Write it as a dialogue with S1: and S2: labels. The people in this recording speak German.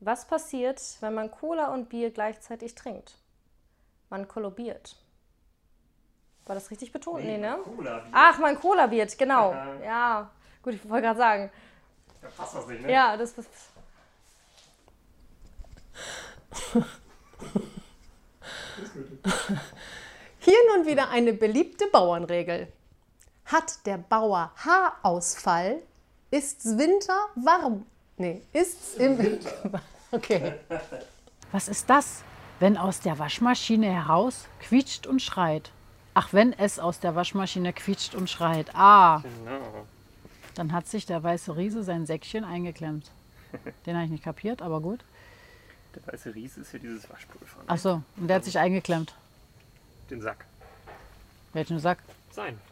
S1: Was passiert, wenn man Cola und Bier gleichzeitig trinkt? Man kollabiert. War das richtig betont? Nee, ne?
S2: Cola, wie?
S1: Ach, man kollabiert, genau.
S2: Ja.
S1: Ja, gut, ich wollte gerade sagen.
S2: Da passt das nicht, ne?
S1: Ja, das ist.
S3: Hier nun wieder eine beliebte Bauernregel. Hat der Bauer Haarausfall, ist's Winter warm. Nee, ist's im Winter. Okay.
S4: Was ist das, wenn aus der Waschmaschine heraus quietscht und schreit? Ach, wenn es aus der Waschmaschine quietscht und schreit. Ah,
S2: Genau.
S4: dann hat sich der weiße Riese sein Säckchen eingeklemmt. Den habe ich nicht kapiert, aber gut.
S2: Der weiße Ries ist hier dieses
S1: Ah.
S2: Waschpulver.
S4: Ach so, und der hat sich eingeklemmt.
S2: Den Sack.
S4: Welchen Sack?
S2: Sein.